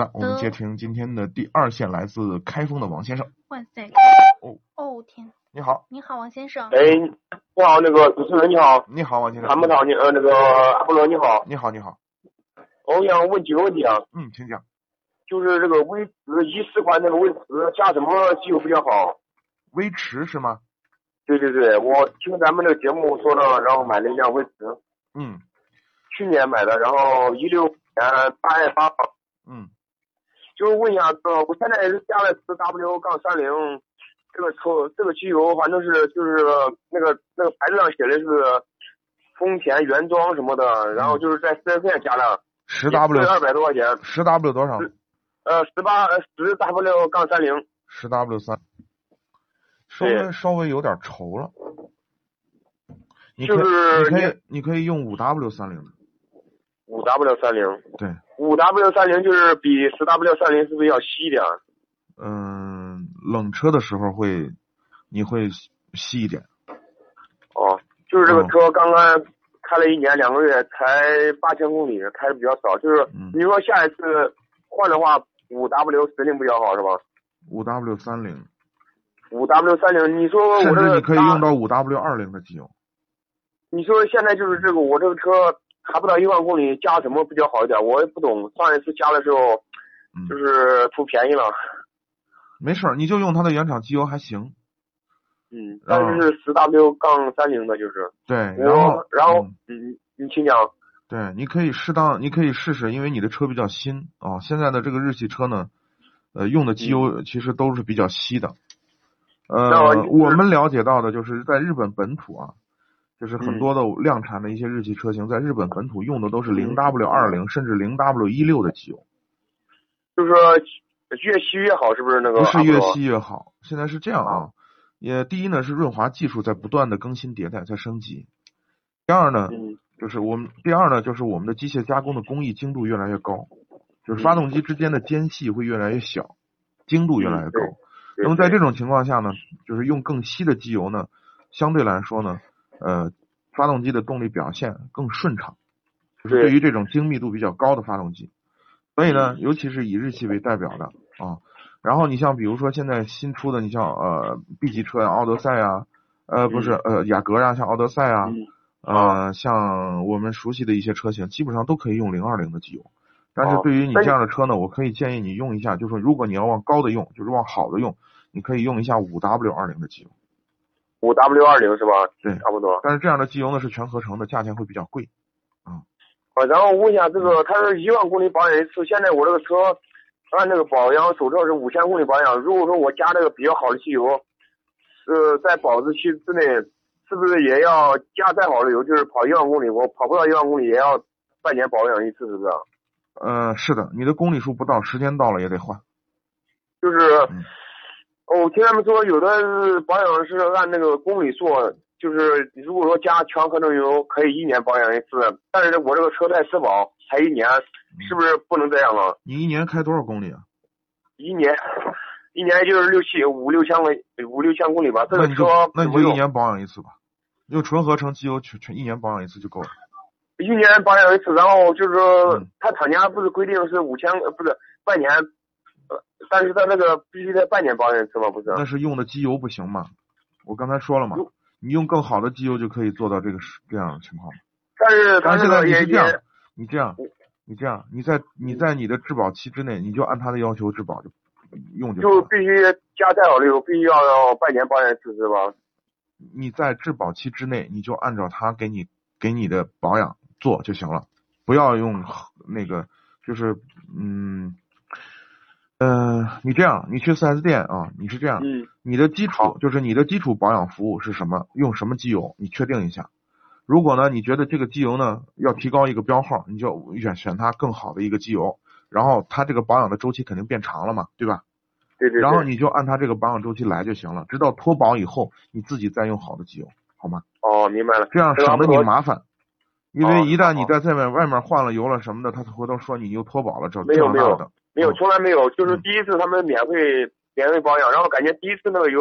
那我们接听今天的第二线，来自开封的王先生。哇塞！哦哦天，你好，你好，王先生。哎，你好，那个主持人你好，你好，王先生。韩木桃你呃那个阿波罗你好，你好，你好。我想问几个问题啊，嗯，请讲。就是这个微词一四款那个微词加什么机油比较好？微驰是吗？对对对，我听咱们这个节目说的，然后买了一辆威驰，嗯去年买的，然后一六年八月八号，嗯，就是问一下，呃，我现在是加了 CW 杠三零，这个车这个机油反正是就是那个那个牌子上写的是丰田原装什么的，然后就是在四 S 店加的，十 W 二百多块钱，十 W 多少？呃，十八十 W 杠三零，十 W 三，稍对微稍微有点稠了。你可就以你可是你以你可以用五 W 三零的，五 W 三零，对，五 W 三零就是比十 W 三零是不是要稀一点？嗯，冷车的时候会你会细一点，哦，就是这个哦车刚刚开了一年两个月，才八千公里，开的比较少。就是嗯你说下一次换的话，五 W 十零比较好是吧？五 W 三零，五 W 三零，你说我甚这至个你可以搭用到五 W 二零的机油。你说现在就是这个，我这个车还不到一万公里，加什么比较好一点？我也不懂，上一次加的时候嗯就是图便宜了，没事儿，你就用它的原厂机油还行。嗯，但是是十 W 杠三零的，就是，对，然后我然后嗯嗯，你请讲，对，你可以适当，你可以试试，因为你的车比较新啊、现在的这个日系车呢，呃，用的机油其实都是比较稀的。嗯那我呃，就是我们了解到的就是在日本本土啊，就是很嗯多的量产的一些日系车型，在日本本土用的都是嗯零 W 二零甚至零 W 一六的机油，就是说越稀越好，是不哦是那个？不是越稀越好。现在是这样啊，也第一呢是润滑技术在不断的更新迭代，在升级。第二呢，嗯就是我们第二呢，就是我们的机械加工的工艺精度越来越高，就是发动机之间的间隙会越来越小，精度越来越高。嗯对那么在这对种情况下呢，就是用更稀的机油呢，相对来说呢，呃，发动机的动力表现更顺畅，就是对对于这种精密度比较高的发动机。所以呢，嗯尤其是以日系为代表的啊，然后你像比如说现在新出的，你像呃 B 级车呀、奥德赛啊，呃不是呃雅阁啊，像奥德赛啊，嗯呃，像我们熟悉的一些车型，基本上都可以用零二零的机油。但是哦对于你但这是样的车呢，我可以建议你用一下，就是如果你要往高的用，就是往好的用，你可以用一下五 W 二零的机油。五 W 二零是吧？对差不多。但是这样的机油呢是全合成的，价钱会比较贵。啊，然后问一下这嗯个，它是一万公里保养一次，现在我这个车按那个保养手册是五千公里保养，如果说我加这个比较好的机油，呃，在保质期之内，是不是也要加再好的油？就是跑一万公里，我跑不到一万公里也要半年保养一次，是不是啊？呃，是的，你的公里数不到，时间到了也得换。就是，嗯哦我听他们说，有的是保养是按那个公里数，就是如果说加全合成油可以一年保养一次，但是我这个车在社保才一年，嗯是不是不能这样了？你一年开多少公里啊？一年，一年就是六七五六千公里，五六千公里吧。这那个你车就那你不就一用，年保养一次吧，用纯合成机油全全一年保养一次就够了。一年保养一次，然后就是说嗯他厂家不是规定是五千，呃不是半年，呃，但是他那个必须在半年保养一次吗？不是？但是用的机油不行嘛？我刚才说了嘛如，你用更好的机油就可以做到这个是这样的情况。但是他但是那呢，个你也是这也样，你这样，你这样，你在你在你的质保期之内，你就按他的要求质保就用就就行了。必须加再好的油，必须要要半年保养一次是吧？你在质保期之内，你就按照他给你给你的保养做就行了，不要用那个就是嗯。呃，你这样，你去四 S 店啊，你是这样，嗯，你的基础好就是你的基础保养服务是什么，用什么机油，你确定一下。如果呢，你觉得这个机油呢要提高一个标号，你就选选它更好的一个机油，然后它这个保养的周期肯定变长了嘛，对吧？对对对。然后你就按它这个保养周期来就行了，直到脱保以后，你自己再用好的机油，好吗？哦，明白了。这样对吧哦省得你麻烦。因为一旦你好在在外外面换了油了什么的，他回头说你又脱保了，这没这有样没有那的。没有，嗯从来没有，就是嗯第一次他们免费免费保养，然后感觉第一次那个油，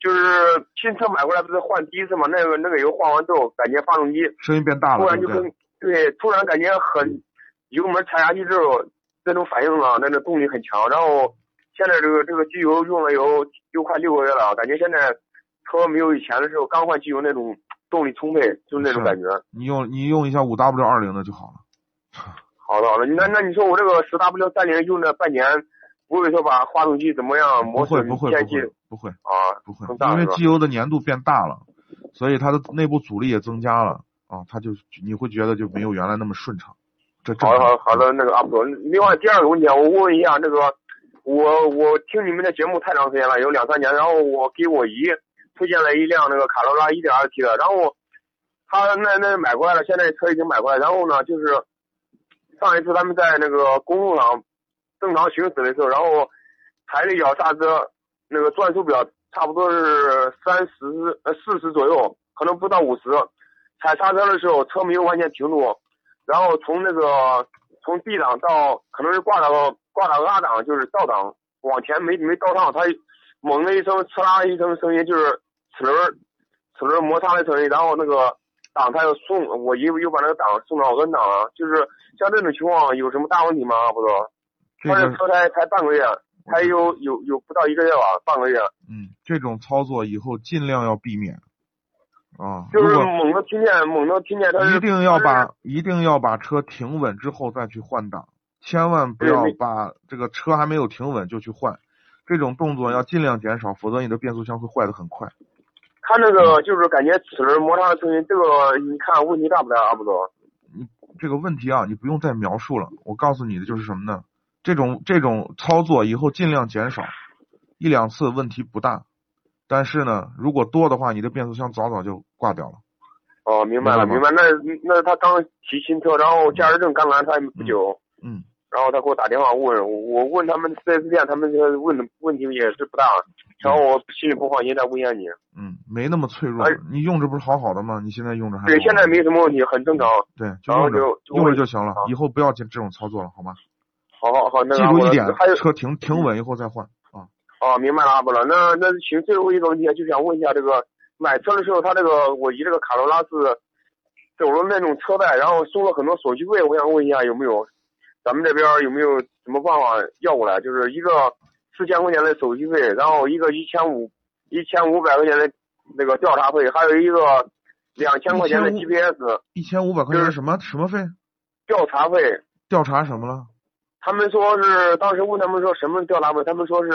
就是新车买回来不是换第一次嘛，那个那个油换完之后，感觉发动机声音变大突了，对嗯然就不对？跟对，突然感觉很油门踩下去之后，那种反应啊，那种动力很强。然后现在这个这个机油用了以后就快六个月了，啊感觉现在车没有以前的时候刚换机油那种动力充沛，就是那种感觉。你用你用一下五 W 二零的就好了。好的好的，那那你说我这个十 W 三零用了半年，不会说把发动机怎么样不磨会损不会不变会气不会啊？不更会，大因为是吧机油的粘度变大了，所以它的内部阻力也增加了啊，它就你会觉得就没有原来那么顺畅。这正好的常好的好的，那个啊阿普。另外第二个问题啊，我问一下那个，我我听你们的节目太长时间了，有两三年，然后我给我姨推荐了一辆那个卡罗拉 1.2T 的，然后他那那买过来了，现在车已经买过来，然后呢就是上一次他们在那个公路上正常行驶的时候，然后踩了一脚刹车，那个转速表差不多是三十呃四十左右，可能不到五十，踩刹车的时候车没有完全停住。然后从那个从 D 档到可能是挂档挂档 R 档就是倒档往前没没倒上，它猛的一声呲啦一声声音，就是齿轮齿轮摩擦的声音，然后那个档它又送我姨夫又把那个档送到 N 档了，就是像这种情况有什么大问题吗？阿波罗，这他这个车才才半个月，才有有有不到一个月吧，半个月，嗯，这种操作以后尽量要避免啊。就如是果猛地听见猛地听见它是一定要它是把一定要把车停稳之后再去换挡，千万不对要对把这个车还没有停稳就去换，这种动作要尽量减少，否则你的变速箱会坏的很快。它那个就是感觉齿轮摩擦的声音，这个你看问题大不大？阿波罗？这个问题啊，你不用再描述了，我告诉你的就是什么呢？这种这种操作以后尽量减少，一两次问题不大，但是呢，如果多的话，你的变速箱早早就挂掉了。哦，明白了，明明白。那那他刚提新车，然后驾驶证刚拿出来不久，嗯，然后他给我打电话问我，我问他们四 S 店，他们这个问的问题也是不大，然后我心里不放心，再问一下你。嗯，没那么脆弱哎。你用着不是好好的吗？你现在用着还对，现在好吗没什么问题，很正常。对，就然后用着就就用着问就行了啊，以后不要这这种操作了，好吗？好好好，那记个住我一点还有，车停停稳以后再换啊。哦，明白了，阿波罗。那那行，最后一个问题啊就想问一下，这个买车的时候，他这个我姨这个卡罗拉是走了那种车贷，然后收了很多手续费，我想问一下有没有咱们这边有没有什么办法要过来？就是一个四千块钱的手续费，然后一个一千五一千五百块钱的那个调查费，还有一个两千块钱的1500 GPS 一千五百块就钱是什么什么费？调查费。调查什么了？他们说是当时问他们说什么调查问，他们说是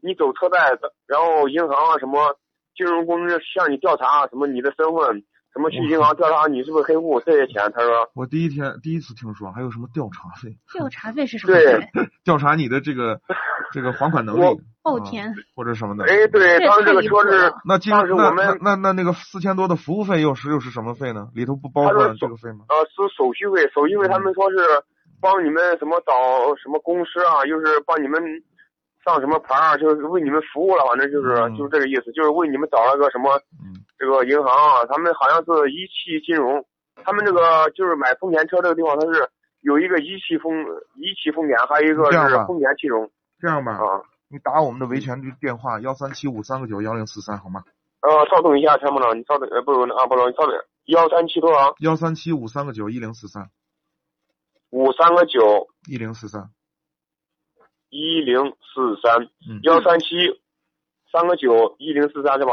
你走车贷，然后银行啊什么金融公司向你调查啊什么你的身份，什么去银行调查你是不是黑户这些钱。他说我第一天第一次听说还有什么调查费，调查费是什么对费？调查你的这 个这个还款能我力。哦嗯啊天，或者什么的。哎，对，这也当时太这个离车谱是了。那今当时那我们那那那那个四千多的服务费又是又是什么费呢？里头不包他说括是这个费吗？呃收手续费，手续费他们说是帮你们什么找什么公司啊，又是帮你们上什么牌啊，就是为你们服务了，反正就是、嗯就是这个意思，就是为你们找了个什么嗯，这个银行啊，他们好像是一汽金融，他们这个就是买丰田车这个地方，它是有一个一汽丰一汽丰田，还有一个这样是吧嗯丰田汽融这样吧，啊。你打我们的维权电电话幺三七五三个九幺零四三好吗？呃，稍等一下，参谋长，你稍等，呃，不是啊，不是，你稍等，幺三七多少？幺三七五三个九一零四三五三个九一零四三，一零四三嗯，幺三七三个九一零四三是吧？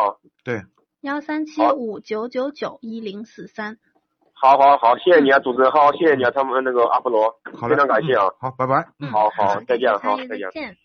幺三七好五九九九一零四三。好好好，谢谢你啊，主持人，好，谢谢你啊，他们那个阿波罗，好嘞，非常感谢啊嗯好，拜拜。嗯嗯，好好好，再见感谢好参与再见见。